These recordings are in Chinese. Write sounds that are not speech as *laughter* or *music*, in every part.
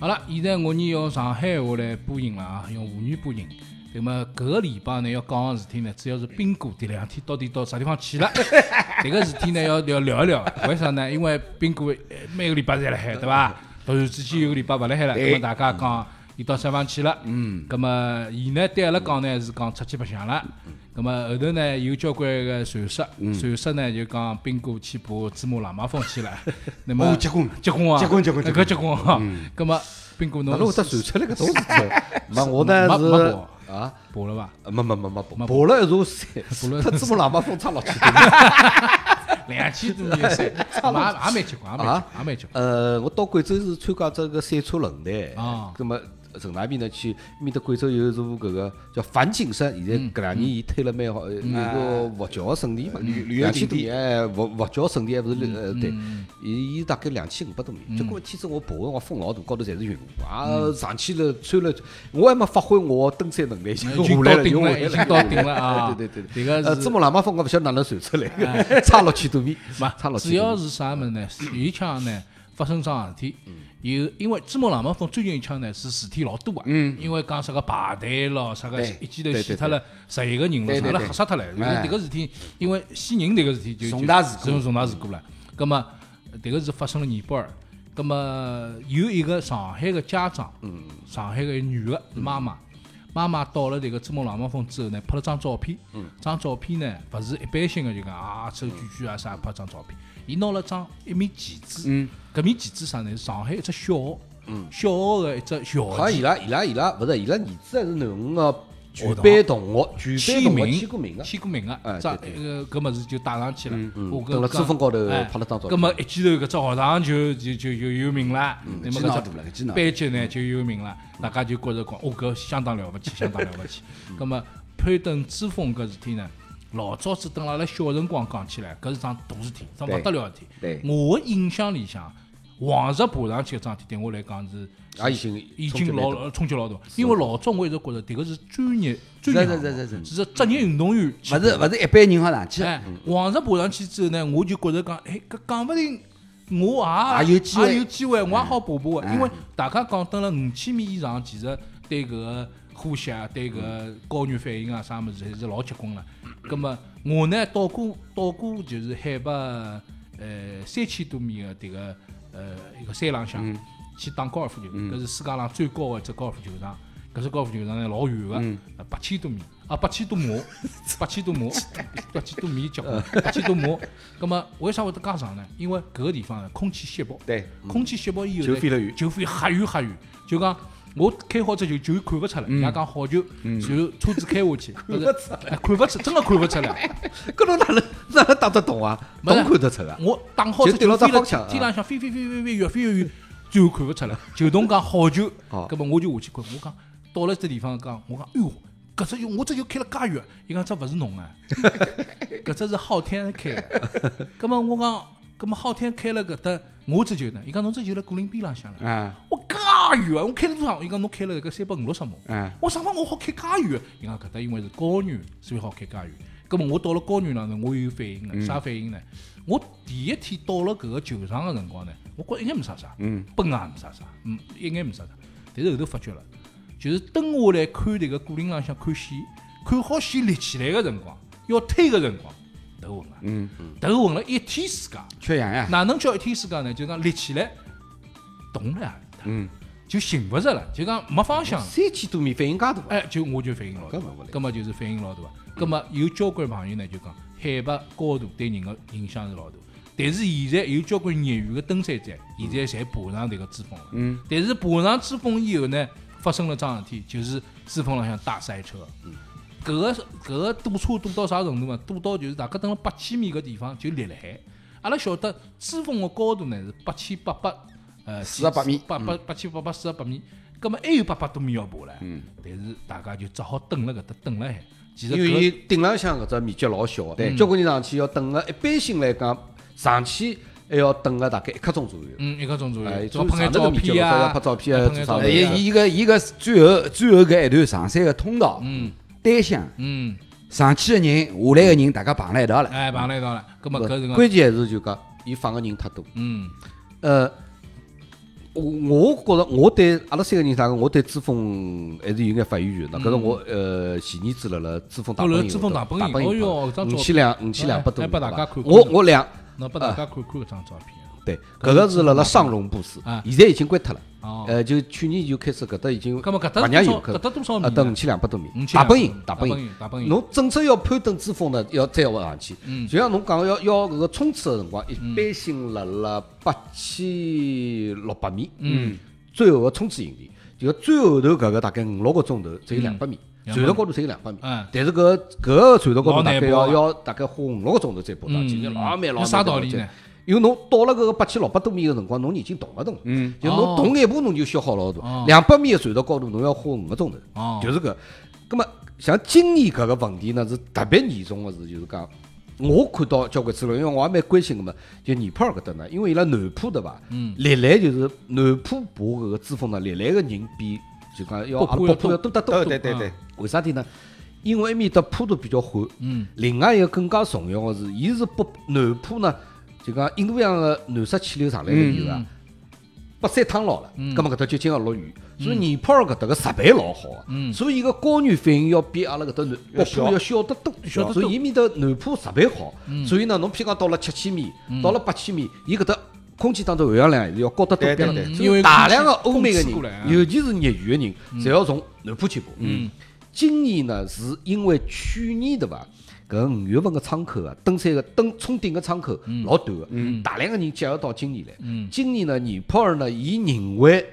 好了，现在我们用上海话来播音了啊，用沪语播音。那么搿个礼拜呢，要讲个事体呢，主要是斌哥这两啊天到底到啥地方去了？迭个事体呢，要要聊一聊。为啥呢？因为斌哥呃每个礼拜侪辣海，对伐？突然之间有个礼拜勿辣海了，对那么大家讲伊到啥地方去了？嗯。那么伊呢，对阿拉讲呢是讲出去白相了。嗯那么后头呢，有交关个传说，传说呢就讲斌哥去爬珠穆朗玛峰 *laughs* 去了。那么哦结棍结棍啊！结棍结棍结搿结棍啊！那么斌哥哪侬能会是嗯得传出来搿种事 *laughs* 体？没，我呢没没跑是啊，爬了伐？没没没没爬没爬了一 *laughs* 座山，爬了一他珠穆朗玛峰差老几度。两千多 *laughs* 年山，也也蛮结棍，也蛮结棍，啊也蛮结棍。呃，我到贵州是参加这个赛车论坛啊那么陈大边呢去，埃面搭贵州有一座搿个叫梵净山，现在搿两年伊推了蛮好，呃有嗯个佛教圣地嘛，旅旅游两千景多点米，哎，佛佛教圣地还勿嗯是呃对，伊伊大概两千五百多米，结果天子我爬个辰光风老大，高头侪是云雾，嗯啊上去了穿了，我还没发挥 *laughs* 我登山能力，下已经来到了，顶又下了，哎来已经了。到顶了啊！对对对这个呃，是珠穆朗玛峰我勿晓得哪能传出来哎的， *laughs* 差六千多 *laughs* 米，差嘛，六主千多要米。是啥么呢？有一枪呢发生桩事体，嗯有因为珠穆朗玛峰最近一枪呢是事体老多啊，因为讲啥个排队咯，啥个嗯对一记头对死对脱了十一个人咯，对啥对了对吓死脱了。然后哎迭个事体，因为死人迭个事体就重大事故故，重大事故了。葛么迭个是发生了尼泊尔。葛么有一个上海个家长，上海个女个妈妈。妈妈到了这个珠穆朗玛峰之后呢，拍了张照片。张照片呢，勿是一般性的就讲啊，手举举啊啥，拍张照片。伊拿了张一面旗帜，搿面旗帜啥呢？是上海一只小学，小学的一只校好像旗伊拉伊拉伊拉勿是伊拉儿子还是囡恩个全学班同学，全签班同学名，签过名个。签过名个，哎张对呃搿物事就打上去了。我跟登了讲珠峰高头哎拍了张照片搿么一记头搿只学堂就就就就有名了，嗯那么搿搿记闹大了搿只记闹班级呢就有名了，大家就觉着讲哦搿相当了不 *laughs* 起，相当了不起。搿么攀登珠峰搿事体呢，老早子等阿拉小辰光讲起来，搿是桩大事体，桩勿得了的事体。对我的印象里向，黄石爬上去搿桩事体对我来讲是。哎也已经已冲击经蛮大老冲击老大，因为老早我一直觉着迭个是专业专业项是是目是是是职业运动员去勿是勿是一般人好上去，哎，黄石爬上去之后呢，我就觉着讲，哎，搿讲勿定我也也有机会也有机会，我也好爬爬个，嗯因为大家讲登了五千米以上，其实对搿个呼吸啊，对搿个高原反应啊，啥物事还是老结棍了。葛末我呢，到过到过就是海拔呃三千多米的迭个呃一个山浪向嗯去打高尔夫球，搿是世界上最高的一只高尔夫球场。搿只高尔夫球场呢老远嗯个，八千多米啊，八千多码，八千多 *laughs* 码，八千多米结棍，八千多码。葛末为啥会得介长呢？因为搿个地方呢，空气稀薄，对，空气稀薄以后球呢嗯飞了远球飞黑远黑远，就讲。我开好只球，球看勿出来，嗯人家讲好球，然后车子开下 *laughs* 去，看勿出来，看勿出，真个看勿出来。搿侬哪能哪能打得懂啊？没懂得看得出啊？我打好只就对球牢飞只了方向啊天浪向飞飞飞飞飞，越飞越远，最后看勿出 *laughs* 来。球童讲好球哦，葛么我就下去看，我讲到了这地方讲，我讲哎哟，搿只球我这球开了介远，伊讲这勿是侬 *laughs* 啊，搿只是昊天开的。葛么我讲，葛么昊天开了搿搭，我只球呢？伊讲侬只球辣果林边浪向了。嗯我介远，我开了多少？伊讲侬开了搿三百五六十亩。嗯我上方我好开介远，伊讲搿搭因为是高原，所以好开介远。葛末啊我到了高原上头，我有反应个，啥反应呢？我第一天到了搿个球场个辰光呢，我觉着一眼没啥啥，嗯，本也没啥啥，嗯，一眼没啥啥。但是后头发觉了，就是蹲下来看迭个果林浪向看线，看好线立起来个辰光，要推个辰光，头昏了，嗯，头昏了一天自家。缺氧啊呀，哪能叫一天世界呢？就讲立起来，动了呀，嗯，就寻勿着了，就讲没方向了。三千多米反应介大啊，哎，就我就反应老大搿勿合，理葛么就是反应老大。葛么有交关朋友呢就讲海拔高度对人个影响是老大，但是现在有交关业余个登山者现在侪爬上迭个珠峰了，嗯，但是爬上珠峰以后呢，发生了桩事体，就是珠峰浪向大塞车，嗯。搿个搿个堵车堵到啥程度嘛？堵到就是大家等了八千米搿地方就立了海。阿拉晓得珠峰个高度呢是八千八百呃四十八嗯米八八八千八百四十八米，葛么还有八百多米要爬唻。但是大家就只好等了搿搭等了海。其实嗯嗯因为伊搿顶浪向搿只面积老小，对，交关人上去要等个，一般性来讲上去还要等个大概一刻钟左右。嗯一个钟左右，哎要做拍眼啥照那个片比较啊，要拍照片啊要拍眼做照啥片啊伊伊哎个伊个最后最后搿一段上山个通道，嗯，单向嗯，上去个人，下来个人，大家碰辣一道了，嗯哎，碰了一道了。葛么搿是不个关键还是就讲伊放个人太多。嗯呃，我觉着我对阿拉三个人啥个，我对珠峰还是有眼发言嗯权的。搿是我呃前年子辣辣珠峰大哦本辣营珠峰大本营大本营哦哟搿嘛张五照千两五千两百哎多哎拨大对家看伐嗯看我我两侬拨大啊家看看搿张照片。对搿个是辣辣上龙布市啊，现在已经关脱了。哦，呃，就去年就开始搿搭已经搿么搿搭勿让游多客少？搿搭多少米啊，啊？得五千两百多米五，千啊嗯大本两营百，大多本米营，大本营侬真正要攀登珠峰呢，要再往上去。嗯就像侬讲要要搿个冲刺的辰光，一般性辣辣八千六百米，嗯，最后个冲刺营地，就最后头搿个大概五六个钟头只有两百米，嗯船头高头只有两百米。嗯但是搿个搿个船头高头老大难概爬要啊要大概花五六个钟头才爬到去，嗯就嗯老慢老有慢。啥道理呢？因为侬到了搿个八千六百多米个辰光，侬已经动勿动了。嗯，就侬哦动一步，侬就消耗老大哦。两百米的船头高度，侬要花五个钟头。哦，就是搿。葛么，像今年搿个问题呢，是特别严重个事，就是讲，我看到交关资料，因为我也蛮关心个嘛。就尼泊尔搿搭呢，因为伊拉南坡对伐？嗯历来就是南坡爬搿个珠峰呢，历来个人比就讲要啊北阿坡拉要北坡要多得对多。对对对，为啥体呢？因为埃面搭坡度比较缓。嗯另外一个更加重要个是，伊是北南坡呢，就讲印度洋个南沙气流上来了以后啊嗯，把山烫牢了，嗯葛末搿搭就经常落雨，所以尼泊尔搿搭个植被老好啊嗯，所以伊个高原反应要比阿拉搿搭南要北小坡要小得多，小得多所以伊面搭南坡植被好嗯，所以呢，侬譬如讲到了七千米，到了八千米，伊搿搭。空气当中含氧量还是要高得多，对对比对方因为大量的空气欧美的空气过来啊人，尤其是业余的人，侪要从南坡去爬。嗯，今年呢，是因为去年对伐？搿五月份个窗口啊，登山个登冲顶个窗口老短个，大量个人结合到今年来。嗯今年呢，尼泊尔呢，伊认为，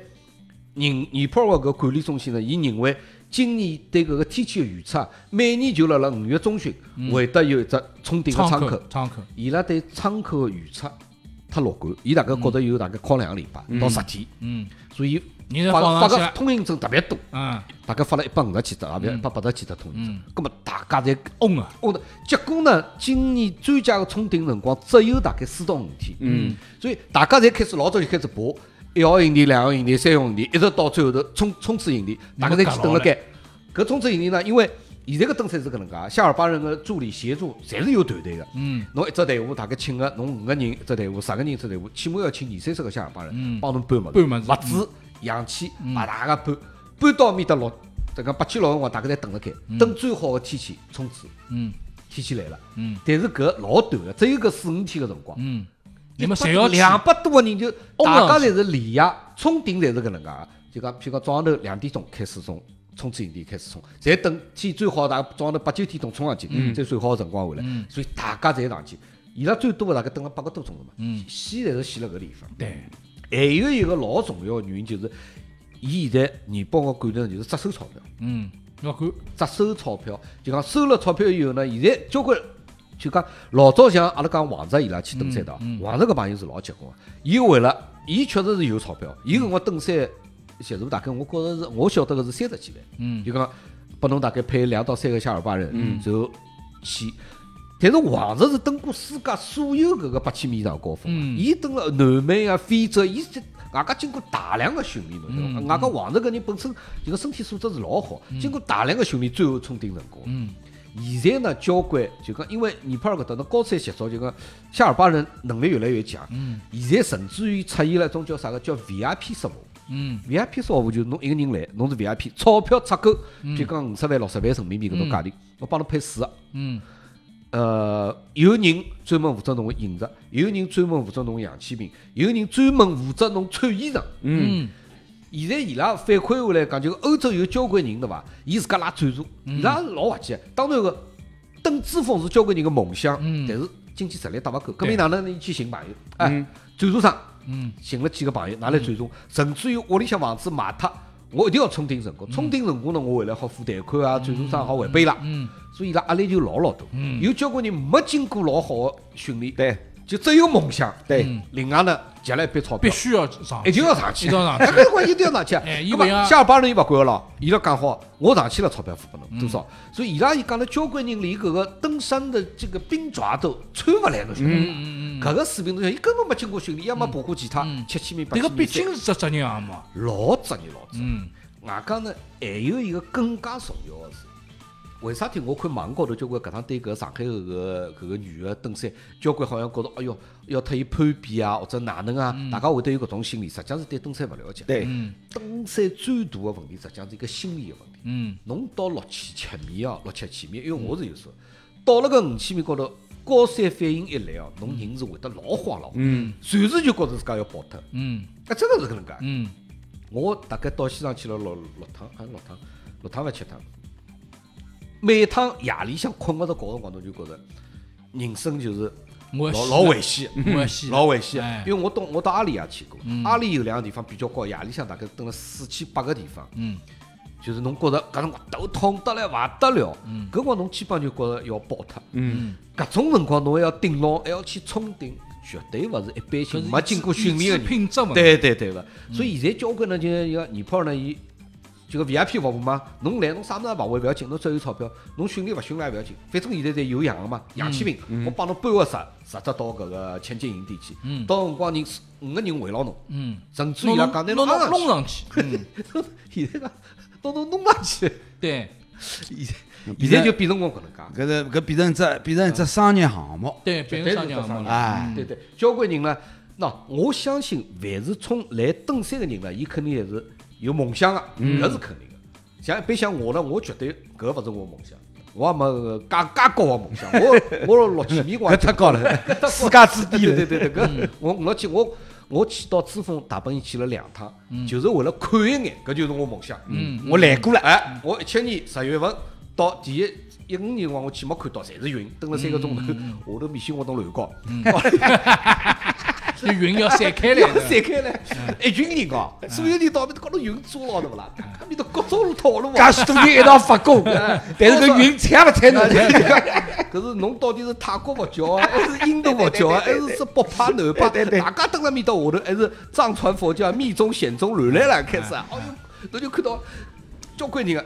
尼尼泊尔个搿管理中心呢，伊认为今年对搿个天气个预测啊，每年就辣辣五月中旬会得有一只冲顶个嗯窗窗口口。窗口，伊拉对窗口个预测太乐观，伊大概觉得有大概靠两个礼拜到十天，嗯，所以你再发放发上个去，啊通行证特别多。嗯，大概发了一百五十几只，也不要一百八十几只通行证嗯。那么大家侪嗡啊，哦，结果呢，今年专家的冲顶辰光只有大概四到五天。嗯，所以大家侪开始老早就开始爬，一号营地、两号营地、三号营地，一直到最后头冲冲刺营地，大家侪去等了该。搿冲刺营地呢，因为现在个登山是搿能介，夏尔巴人个助理协助侪是有团队个。嗯侬一只队伍大概请个侬五个人一只队伍，十个人一只队伍，起码要请二三十个夏尔巴嗯人帮侬搬物搬物嗯事物资、氧气，把大家搬搬到面搭落，这个八千六个辰光，大家侪等辣盖，等最好个天气冲刺，嗯天气来了。嗯但是搿老短个，只有搿四五天个辰光。嗯，你们谁要去两百多个人就哦大家侪是连夜冲顶，侪是搿能介个。就讲，譬如讲早上头两点钟开始冲，冲刺营地开始冲，侪等天最好大家早上头八九点钟冲上去，嗯再最好个辰光回来。所以大家侪上去，伊拉最多个大概等了八个多钟头嘛。死侪是死辣搿地方。嗯对，还有一个老重要个原因就是，伊现在尼泊尔管的就是只收钞票。嗯，要管，只收钞票，就讲收了钞票以后呢，现在交关就讲老早像阿拉讲王石伊拉去登山的啊，王石搿朋友是老结棍的，伊为了伊确实是有钞票，伊搿辰光登山协助大概我觉着是我晓得个是三十几万，嗯就讲拨侬大概配两到三个夏尔巴人，然后去。但是王石是登过世界所有搿个八千米以上的高峰啊，嗯伊登了南美啊、非洲，伊是外加经过大量的训练，侬嗯晓得伐？外加王石搿人本身就个身体素质是老好，经过大量的训练，最后冲顶成功。嗯现在呢，交关就讲，因为尼泊尔搿搭呢高山协照，就讲夏尔巴人能力越来越强。嗯现在甚至于出现了一种叫啥个叫 VIP 服务。嗯 VIP 服务就是侬一个人来，侬是 VIP，钞票出够，譬如讲五十万、六十万人民币搿种价钿，我帮侬配啊水。嗯呃，有人专门负责侬个饮食，有人专门负责侬氧气瓶，有人专门负责侬穿衣裳。嗯现在伊拉反馈回来讲，就欧洲有交关人对伐？伊自家拉赞助，嗯伊拉是老滑稽的。当然个登珠峰是交关人个梦想，嗯但是经济实力达勿够，搿对么哪能呢去寻朋友？哎，赞助商嗯寻了几个朋友，拿来赞助，甚至于屋里向房子卖脱，我一定要冲顶成功。冲顶成功呢，我回来好付贷款啊，赞助商好还拨伊拉，嗯所以伊拉压力就老老大。嗯有交关人没经过老好个训练，对就只有梦想。对嗯，另外呢，积了一笔钞必票，须要上去，一定要上去，一定要上哎去，搿辰光一定要上去。哎伊搿勿像么夏尔巴人伊勿管了，伊拉讲好，我上去了钞票付拨嗯侬多少。所以伊拉伊讲了，交关人连搿个登山的这个冰爪都穿勿来，侬晓得伐？嗯嗯嗯，搿个水平侬想，伊根本没经过训练，要么爬过其他嗯七千米、八这个千米毕山，竟是职业项目，老职业老职业。嗯外加呢，还有一个更加重要的是，为啥体我看网高头交关搿趟对搿上海搿个搿个女个登山，交关好像觉着，哎哟，要特伊攀比啊，或者哪能啊，大家会得有搿种心理，实际上是对登山勿了解。嗯对，登山最大个问题，实际上是一个心理个问题。嗯，侬到六七七米哦，六七七米，因为我是有时候嗯到了搿五千米高头，高山反应一来哦，侬人是会得老慌老慌，嗯，随时就觉着自家要爆脱，嗯啊，真个是搿能介。嗯我大概到西藏去了六六趟，还是六趟，六趟还七趟。每趟夜里向困勿着觉的辰光，侬就觉着人生就是我老要老死危险，我要死老危险哎。嗯因为我到我到阿里也去过，阿里有两个地方比较高，夜里向大概蹲了四千八个地方，嗯就是侬觉着搿辰光头痛得来勿得了，嗯搿辰光侬基本上就觉着要爆脱。嗯，搿种辰光侬还要顶牢，还要去冲顶，绝对勿是一般搿性是没经过训练的意人志。品质问题，对对对个，嗯所以现在交关呢，就是一个年炮呢，伊就个 VIP 服务嘛，侬来侬啥物事勿会勿要紧，侬只要有钞票，侬训练勿训练也勿要紧，反正现在侪有氧个嘛，嗯氧气瓶，我帮侬搬个啥，直接到搿个千金营地去，到辰光人五个人围牢侬，嗯，甚至伊弄拉讲拿弄拉弄弄上 *laughs* 上去，嗯，去，现在讲 *laughs* 拿侬弄上去，对现在现在就变成我搿能介。搿是搿变成只变成只商业项目，对，别人商绝对量是嘛商量了，哎，对对，交关人呢，那我相信，凡是冲来登山的人呢，伊肯定还是有梦想的，搿是肯定的。像一般像我呢，我绝对搿勿是我的梦想，我也没搿介介高的梦想，我我六七米光搿太高了，世界之巅对了，对对对，搿我五六去我我去到珠峰大本营去了两趟，就是为了看一眼，搿就是我梦想。嗯我来过了，哎，我一七年十月份到第一一五年辰光，我去没看到，侪是云，登了三个钟头，下头明显我等乱搞。就云要散开来要的，嗯散开来，一群人哦，所有人到面头高头云抓牢对勿啦？搿面头各种路套路介许多人一道发 *laughs* 功，哎但是搿云踩勿踩侬？ *laughs* 搿是侬到底是泰国佛教 *laughs* 啊，还是印度佛教啊，还是是北派南派？大家蹲辣面头下头，还是藏传佛教、密宗、显宗乱来了开始啊！嗯哎呦，侬就看到交关人啊，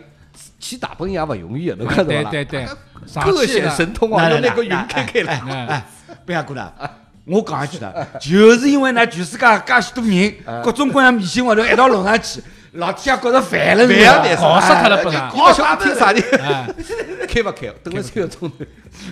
去大本营也勿容易啊，侬看到伐对啦？对对，上各去显了，神通啊，来要来拿个云来开开来。哎哎，不要过了。我讲一句啦，就是因为㑚全世界介许多哎人，各种各样迷信高头一道弄上去，老天爷觉着烦了烦啊烦搞侬，死死脱了不哎啦你勿晓得听啥的，哎，开勿开？等了三个钟头。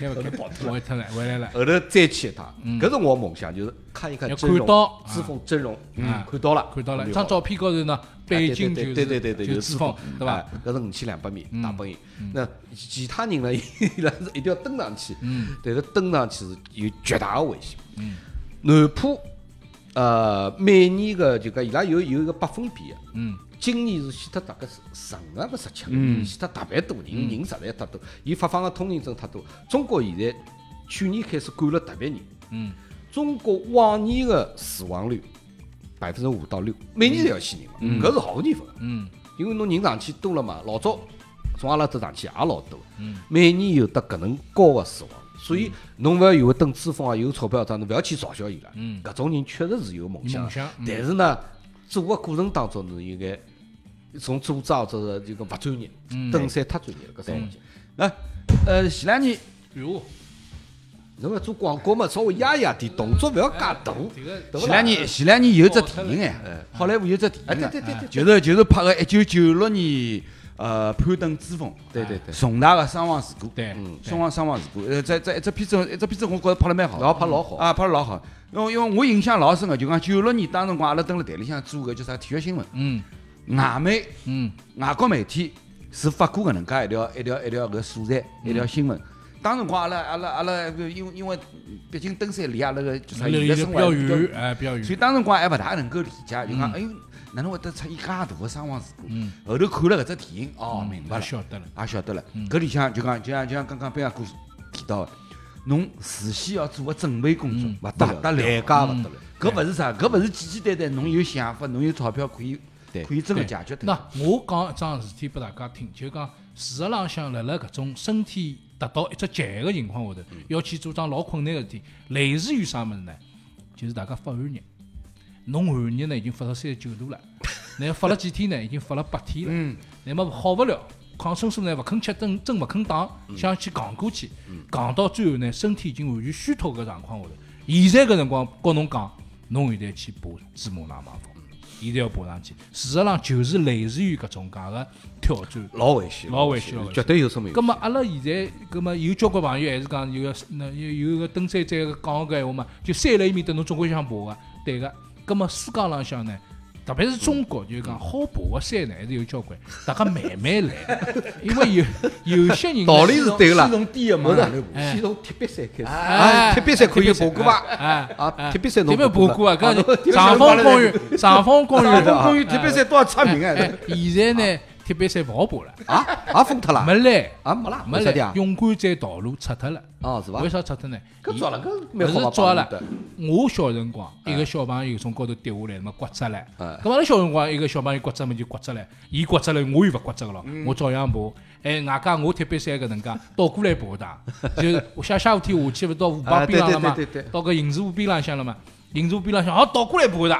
开不开？回来了，回来了，后头再去一趟，搿是我的梦想，就是看一看嗯要真容看到啊珠峰真容，嗯看到了，看到了，看一张照片高头呢，背景就是对对对对，就是珠风，对吧？？嗯哎搿是五千两百米大本营，那其他人呢，伊拉是一定要登上去，嗯但是登上去是有巨大的危险。南坡，呃，每年个就讲伊拉有有一个百分比的，嗯，今年是死脱大概是十五个不十七个，死脱特别多，人人实在太多，伊发放个通行证太多。中国现在去年开始管了特别严，嗯，中国往年的死亡率百分之五到六，每年侪要死人嘛，搿是毫无疑问的。嗯因为侬人上去多了嘛，老早从阿拉这上去也老多，嗯每年有得搿能高个死亡，所以侬勿要以为登珠峰啊有钞票啥，侬勿要去嘲笑伊拉，嗯搿种人确实是有梦有想梦想，嗯但是呢，做个过程当中侬应该从组织或者是这个勿专业，嗯登山太专业了，搿种东西。那呃，前两年哟，侬要做广告嘛，稍微压压点，动作勿要介大。这个对不前啦两年前两年哦有只电影哎，好莱坞有只电哎，影对啊对对对就是就是拍个一九九六年呃攀登珠峰，对对对，重大的伤亡事故，对嗯，伤亡伤亡事故，呃，这这这片子这片子我觉着拍了蛮好，老拍老好。啊，拍了老好，因为因为我印象老深个，就讲九六年当辰光阿拉蹲辣台里向做个叫啥体育新闻，嗯外媒嗯外国媒体是发过搿能介一条一条一条搿素材嗯一条新闻。当辰光阿拉阿拉阿拉，因为因为毕竟登山离阿拉个就啥离得现在比生活较还是比较远，哎，比较所以远，当辰光还勿大能够理解，就讲哎哟，哪能会得出现介大个伤亡事故？嗯后头看了搿只电影，哦，明白了，哎晓得了，也晓得了。嗯搿里向就讲，就像就像刚刚贝亚哥提到的，侬事先要做个准备工作，勿勿得嗯得了，代了。嗯价勿得了。搿勿是啥，搿勿是简简单单，侬有想法，侬有钞票可以对可以真个解决那的。我讲一桩事体拨大家听，就讲事实浪向，辣辣搿种身体达到一只极限个情况下头，嗯要去做桩老困难个事体，类似于啥物事呢？就是大家发寒热，侬寒热呢已经发到三十九度了，那发了几天呢？已经发了八天了。嗯，那么好勿了，抗生素呢勿肯吃，真真勿肯打，想去扛过去，扛到最后呢，身体已经完全虚脱个状况下头。现在搿辰光，告侬讲，侬现在去爬珠穆朗玛峰，现在要爬上去。事实上就是类似于搿种介个挑战。老危险，老危险老危险绝对有生命葛。末啊阿拉现在，葛末有交关朋友还是讲有个那有有个登山者讲个闲话嘛，就山辣埃面搭侬总归想爬个，对个。葛末世界浪向呢，特别是中国，就是嗯讲好爬个山呢还是有交关，大家慢慢来， *laughs* 因为有有些 *laughs* 人呢道理是对个啦先，从低个不往上头是爬，哎先从铁壁山开始。哎啊，铁壁山可以爬过伐？哎啊哎铁壁山侬铁壁爬爬过啊，过伐啊搿侬长风公 *laughs* 园，长风公园，长风公园啊铁壁山多少出名啊哎哎现在呢，铁壁山勿好爬了，啊啊，封脱了没来，啊，没啦，没啥的来啊，，勇敢站道路拆脱了。哦，是伐为？啥拆脱呢？搿抓了，搿勿蛮好是嘛抓了帮侬的。我小辰光，一个小朋友从高头跌下来，嘛骨折了。哎咁阿拉小辰光，一个小朋友骨折嘛就骨折了，伊骨折了，我又勿骨折了，嗯我照样爬。哎，外加我铁壁山搿能介倒过来爬 *laughs* 的，就是我下下午天下去勿到湖啊浜边浪了嘛对对对对对，到搿银子湖边浪向了嘛。银子湖边浪向，好倒过来 *laughs* 爬的，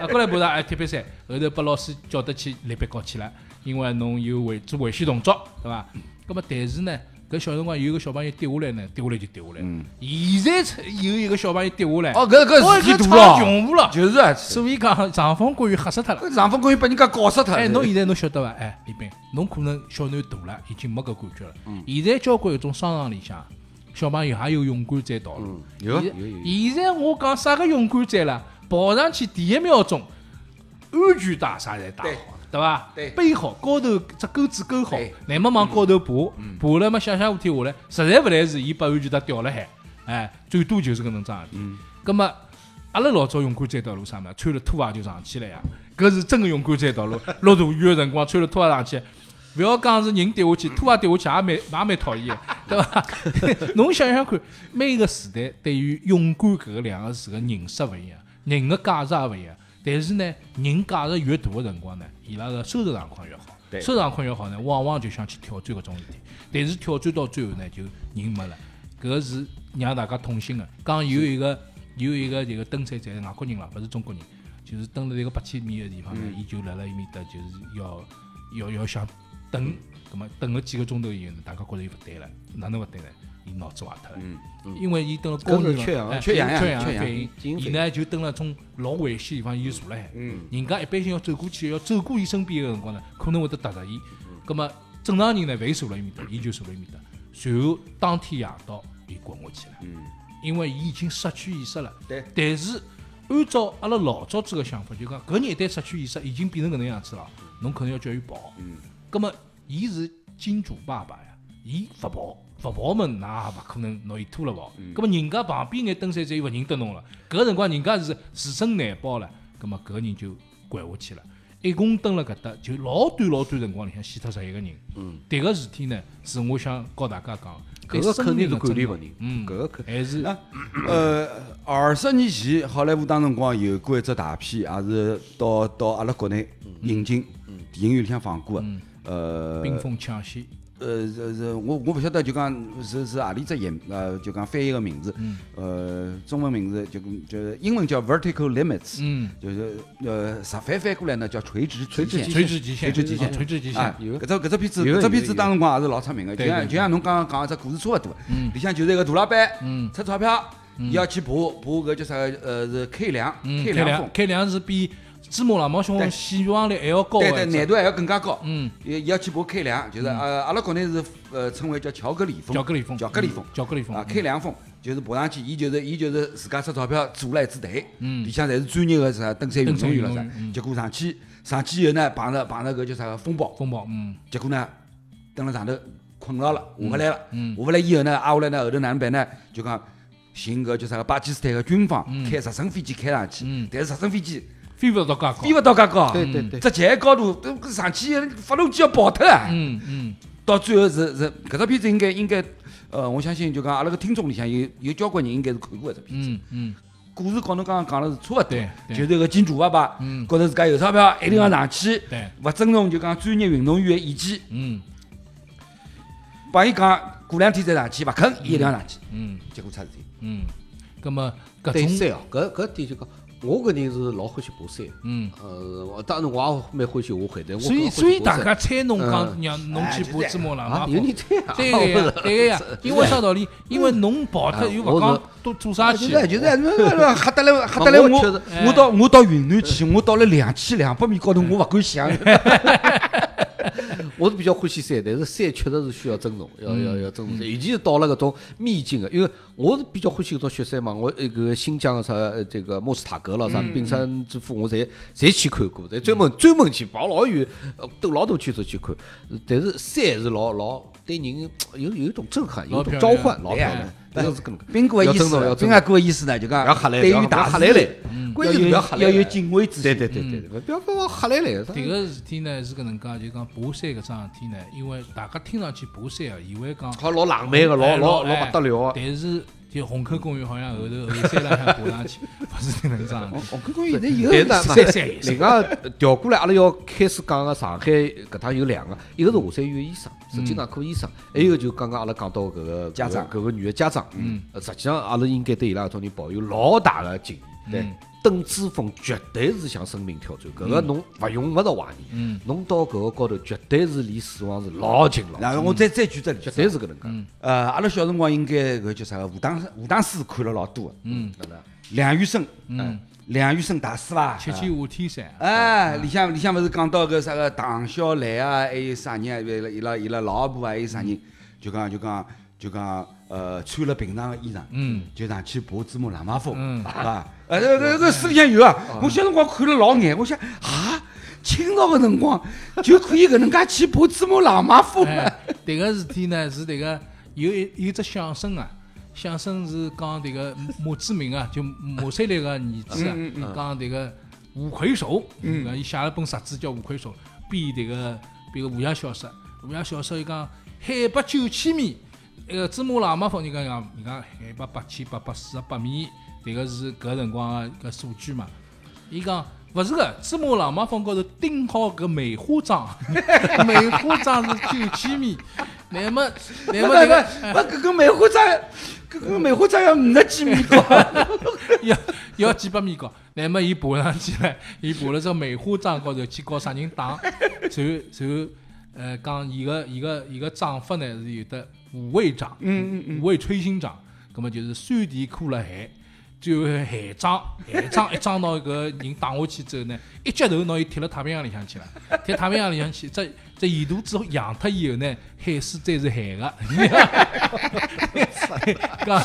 啊，过来爬的，哎，铁壁山后头被老师叫得去立板高去了，因为侬有危做危险动作，对伐？咁么，但是呢，搿小辰光有个小朋友跌下来呢，跌下来就跌下来。现在才有一个小朋友跌下来，嗯哦，搿搿哦，事体大差了，穷户了，就是啊，所以讲长风公园吓死他了。搿长风公园把人家搞死脱了。哎，侬现在侬晓得伐？哎，李斌，侬可能小囡大了，已经没搿感觉了。嗯现在交关有种商场里向，小朋友也有勇敢站道路。有啊现有有有现在我讲啥个勇敢站了？跑上去第一秒钟，安全带啥侪带好对，对伐？对背好，高头只钩子勾好对，乃末往高头爬，爬了嘛，下下下天下来，实在勿来事，伊把安全带掉了海，哎，最多就是搿能桩事体。葛末阿拉老早勇敢站道路啥嘛，穿了拖鞋就上去了呀，搿是真个勇敢站道路。落大雨个辰光穿了拖鞋上去，勿要讲是人跌下去，拖鞋跌下去也蛮也蛮讨厌个，对伐？ *laughs* 侬想想看，每个时代对于勇敢搿个两个字个认识勿一样，人个价值也勿一样。但是呢，人价值越大个辰光呢，伊拉个收入状况越好。对收入状况越好呢，往往就想去挑战搿种事体，但是挑战到最后呢，就人没了，搿是让大家痛心个。讲有一个有一个这个登山者，外国人啦，勿是中国人，就是登了一个八千米个地方呢，伊就辣辣埃面搭，就是要要要想等，葛末等了几个钟头以后呢，大家觉着伊勿对了，哪能勿对呢？伊脑子坏脱了，因为伊登了哎高搿原是缺氧了，缺氧呀缺氧缺氧反应，经伊费呢就登了种老危险地方，伊就坐了海。人家一般性要走过去，要走过伊身边个辰光呢，可能会得踏着伊。葛么正常人呢，勿坐辣伊面搭，伊就坐辣伊面搭。随后当天夜到，伊滚下去了。因为伊已经失去意识了。对。但是按照阿拉老早子个想法，就讲搿人一旦失去意识，已经变成搿能样子了，嗯侬可能要叫伊跑。嗯。葛么伊是金主爸爸呀，伊勿跑。勿跑嘛，那也勿可能拿伊拖了跑。嗯葛么人家旁边眼登山者伊勿认得侬了，搿辰光人家是自身难保了，葛么搿人就掼下去了。一共蹲辣搿搭，就老短老短辰光里向死脱十一个人。嗯，迭个事体呢，是我想告大家讲，搿个肯定是管理问问题题。嗯，搿个肯还是那呃，二十年前好莱坞当辰光有过一只大片，也是到到阿拉国内引进，电影院里向放过的。嗯呃冰封抢先。呃，是是，我我不晓得，就讲是是何里只演呃，就讲翻译个名字，嗯呃，中文名字就跟就是英文叫 Vertical Limits，嗯，就是呃，啥翻翻过来呢叫垂直垂直极限垂直极限，垂直极限啊垂直极啊限，，有搿只搿只片子，搿只有的有的片子当辰光也是老出名个，对就对像对就像侬刚刚讲个只故事差勿多，里向就是一个大老板嗯，出钞票，伊要去爬爬搿叫啥个呃是 K 梁嗯， ，K 开梁梁峰，开梁是比珠穆朗玛峰对希望里还要高对的对，一难只，度还要更加高，啊嗯，伊伊要去爬 K 梁，就是呃阿拉国内是呃称为叫乔格里峰，巧克力峰，巧克力峰嗯，巧克力峰啊，开两峰就是爬上去，伊就是伊就是自家出钞票组了一支队，嗯里向侪是专业的啥登山运动员了登山运动员啥嗯，结果上去上去以后呢，碰着碰着搿叫啥个风暴，风暴，嗯结果呢登了上头困牢了，下勿来了，嗯下勿来以后呢，挨下来呢后头哪能办呢？就讲寻搿叫啥个巴基斯坦个军方开直升飞机开上去嗯，但是直升飞机飞不到介高飞，勿到介高，对对对，只旗高度都上去以后发动机要爆脱啊！嗯嗯，到最后是是搿只片子应该应该，呃，我相信就讲阿拉个听众里向有有交关人应该是看过搿只片子。嗯嗯，故事跟侬刚刚讲了是差勿多对，对就是个金主爸爸嗯觉着自家有钞票，一定要上去，对，勿尊重就讲专业运动员的意见，嗯帮伊讲过两天再上去，勿肯伊一定要上去，嗯结果出事体。嗯，葛么对啊搿种三哦，搿搿点就讲我搿人是老欢喜爬山，嗯，呃，我当然我也蛮欢喜下海的，我所以更欢喜所以爬大山家猜侬讲嗯让侬哎去爬珠穆朗玛啊，峰有，人这样，对个呀，对个 *laughs* 呀，因为啥道理？因为侬跑脱哎又勿我讲啊是都做啥就去？嗯啊是就是，那那那吓得来吓得来我我确实哎我到我到云南去，我到了两千两百米高头，我勿敢想。我是比较欢喜山，但是山确实是需要尊重，要要要尊重山，尤其是到了搿种秘境个，因为我是比较欢喜搿种雪山嘛，我一个新疆个啥呃这个莫斯塔格了啥冰山之父，我侪侪去看过，侪专门专门去跑老远，呃兜老多圈子去看，呃但是山是老老对人有有一种震撼，有老一种漂召亮唤，老对漂呀亮，搿个是搿能介。斌哥的要意尊重思，要斌尊阿重哥的意思呢，就不要讲吓来对不于要大吓自来来然，关要键有不要吓来要有来敬畏之对心。对对对，对不要跟我吓来来。迭个事体呢是搿能介，就讲爬山搿桩事体呢，因为大家听上去爬山啊，以为讲好老浪漫个，哎老老哎老不得了啊个。但是就虹口公园好像后头后山浪向爬上去， *laughs* 勿是搿能桩我的。我刚刚现在但是有呢嘛三三也是另外调过来，阿拉要开始讲个上海搿趟有两个，一个是华山医院医生，石井内科医生，还有就刚刚阿拉讲到搿个家长搿个女个家长，嗯，实际上阿拉应该对伊拉搿种人抱有老大个敬意。对，邓之峰绝对是向生命挑战，搿个侬勿用勿着怀疑，侬到搿个高头绝对是离死亡是老近老近，然后我再再举只例绝子，对是搿能介。呃，阿拉小辰光应该搿叫啥个武当武当书看了老多的，嗯，哪能梁羽生，嗯，梁羽生大师伐？七七下天山，哎，里向里向勿是讲到搿啥个唐小来啊，还有啥人啊？伊拉伊拉伊拉老婆啊，还有啥人？就讲就讲就讲呃，穿了平常个衣裳，嗯，就上去爬珠穆朗玛峰，嗯啊，呃，搿搿搿书里向有啊。我小辰光看了老眼，我想啊，清朝个辰光就可以搿能介去爬珠穆朗玛峰了。哎，迭个事体呢是迭个有一有一只相声啊，相声是讲迭个马志明啊，就马三立个儿子啊，讲迭个吴魁首，嗯，伊写了本杂志叫《吴魁首》，编迭个编个武侠小说，武侠小说伊讲海拔九千米，呃，珠穆朗玛峰人家讲人家海拔八千八百四十啊八米，迭个是搿辰光个搿数据嘛，伊讲。勿是个，珠穆朗玛峰高头钉好搿梅花桩， *laughs* 梅花桩是九千米。那么，那么不不这个不，搿个梅花桩，搿个梅花桩要五十几 *laughs* 米高。 *laughs* 要要几百米高，那么伊爬上去了，伊爬了只梅花桩高头去搞啥人打， *laughs* 随后随后，呃，讲伊个伊个伊个掌法呢是有的五味掌，嗯嗯嗯，五味吹心掌，葛么就是三地科了海，最后海掌海 *laughs* 掌一掌拿搿人打下去之后呢，一脚头拿伊踢了太平洋里向去了，踢太平洋里向去，这这沿途之后养脱以后呢，海水再是海 *laughs* *laughs* 个，讲搿能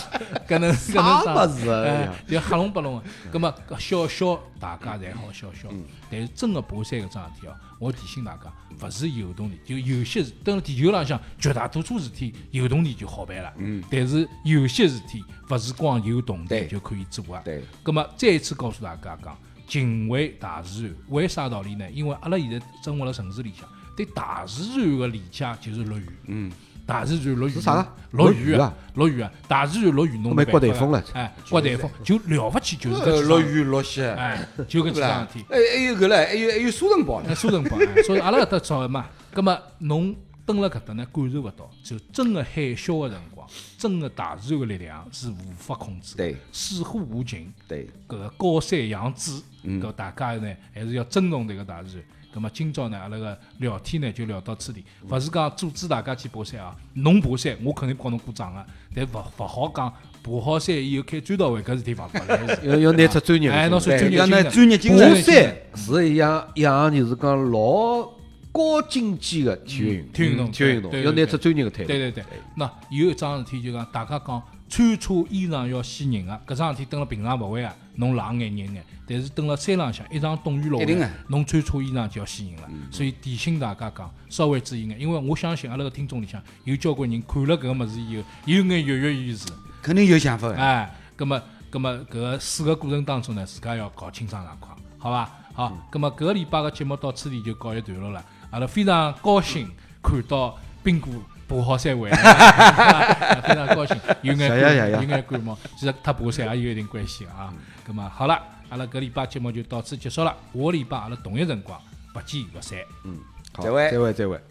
搿能啥物事啊哎哎呀就黑龙白 *laughs* 龙个，葛么搿笑笑大家侪好笑笑，嗯但是真个爬山搿桩事体哦，我提醒大家，勿是有动力，就有些事蹲辣地球浪向，绝大多数事体有动力就好办了。嗯，但是有些事体勿是光有动力对就可以做啊。对，葛么再一次告诉大家讲，敬畏大自然，为啥道理呢？因为阿拉现在生活辣城市里向，对大自然个理解就是落雨。嗯。大自然落雨是啥啊落落雨雨啊！落雨啊！大自然落雨，侬都没办法刮台啊风了哎，刮台风就了勿起，就是搿几呃桩落，雨落雪，哎，就搿几对不啦桩事体？。还还哎有搿唻，还有还有沙尘暴呢。哎，沙尘暴，哎所以阿拉搿搭早嘛，葛末侬蹲辣搿搭呢，感受勿到，就真个海啸个辰光，真个大自然个力量是无法控制，对，水火无情，对，搿个高山仰止，嗯搿大家呢还是要尊重迭个大自然。葛么今朝呢，阿拉个聊天呢就聊到此地，勿是讲阻止大家去爬山啊。侬爬山，我肯定帮侬鼓掌个，但勿勿好讲爬好山以后开追悼会搿事体勿勿来事。要要拿出专业的哎，侬精神说对专业要精拿神专业精爬神爬山山是一样一项就是讲老高精尖的体育运动，嗯体育运动体育运动对对要对拿出专业的态度对。对对，那有一桩事体就讲，大家讲穿错衣裳要洗人个，搿桩事体蹲辣平常勿会啊，侬冷眼热眼，但是蹲辣山浪向一场冻雨落一定下的嗯来，侬穿错衣裳就要洗人了。所以提醒大家讲，稍微注意眼，因为我相信阿拉个听众里向有交关人看了搿个物事以后，有眼跃跃欲试。肯定有想法的。哎，葛么葛么搿个试个过程当中呢，自家要搞清爽状况，好伐？好，葛么搿个礼拜个节目到此地就告一段落了。阿拉非常高兴看到冰哥爬好山回 *laughs* 来，非常高兴，有眼谢谢谢谢有眼感冒，其实他爬山也有一定关系啊。葛么好了，阿拉搿礼拜节目就到此结束了，下个礼拜阿拉同一辰光不见不散。好再会再会，再会。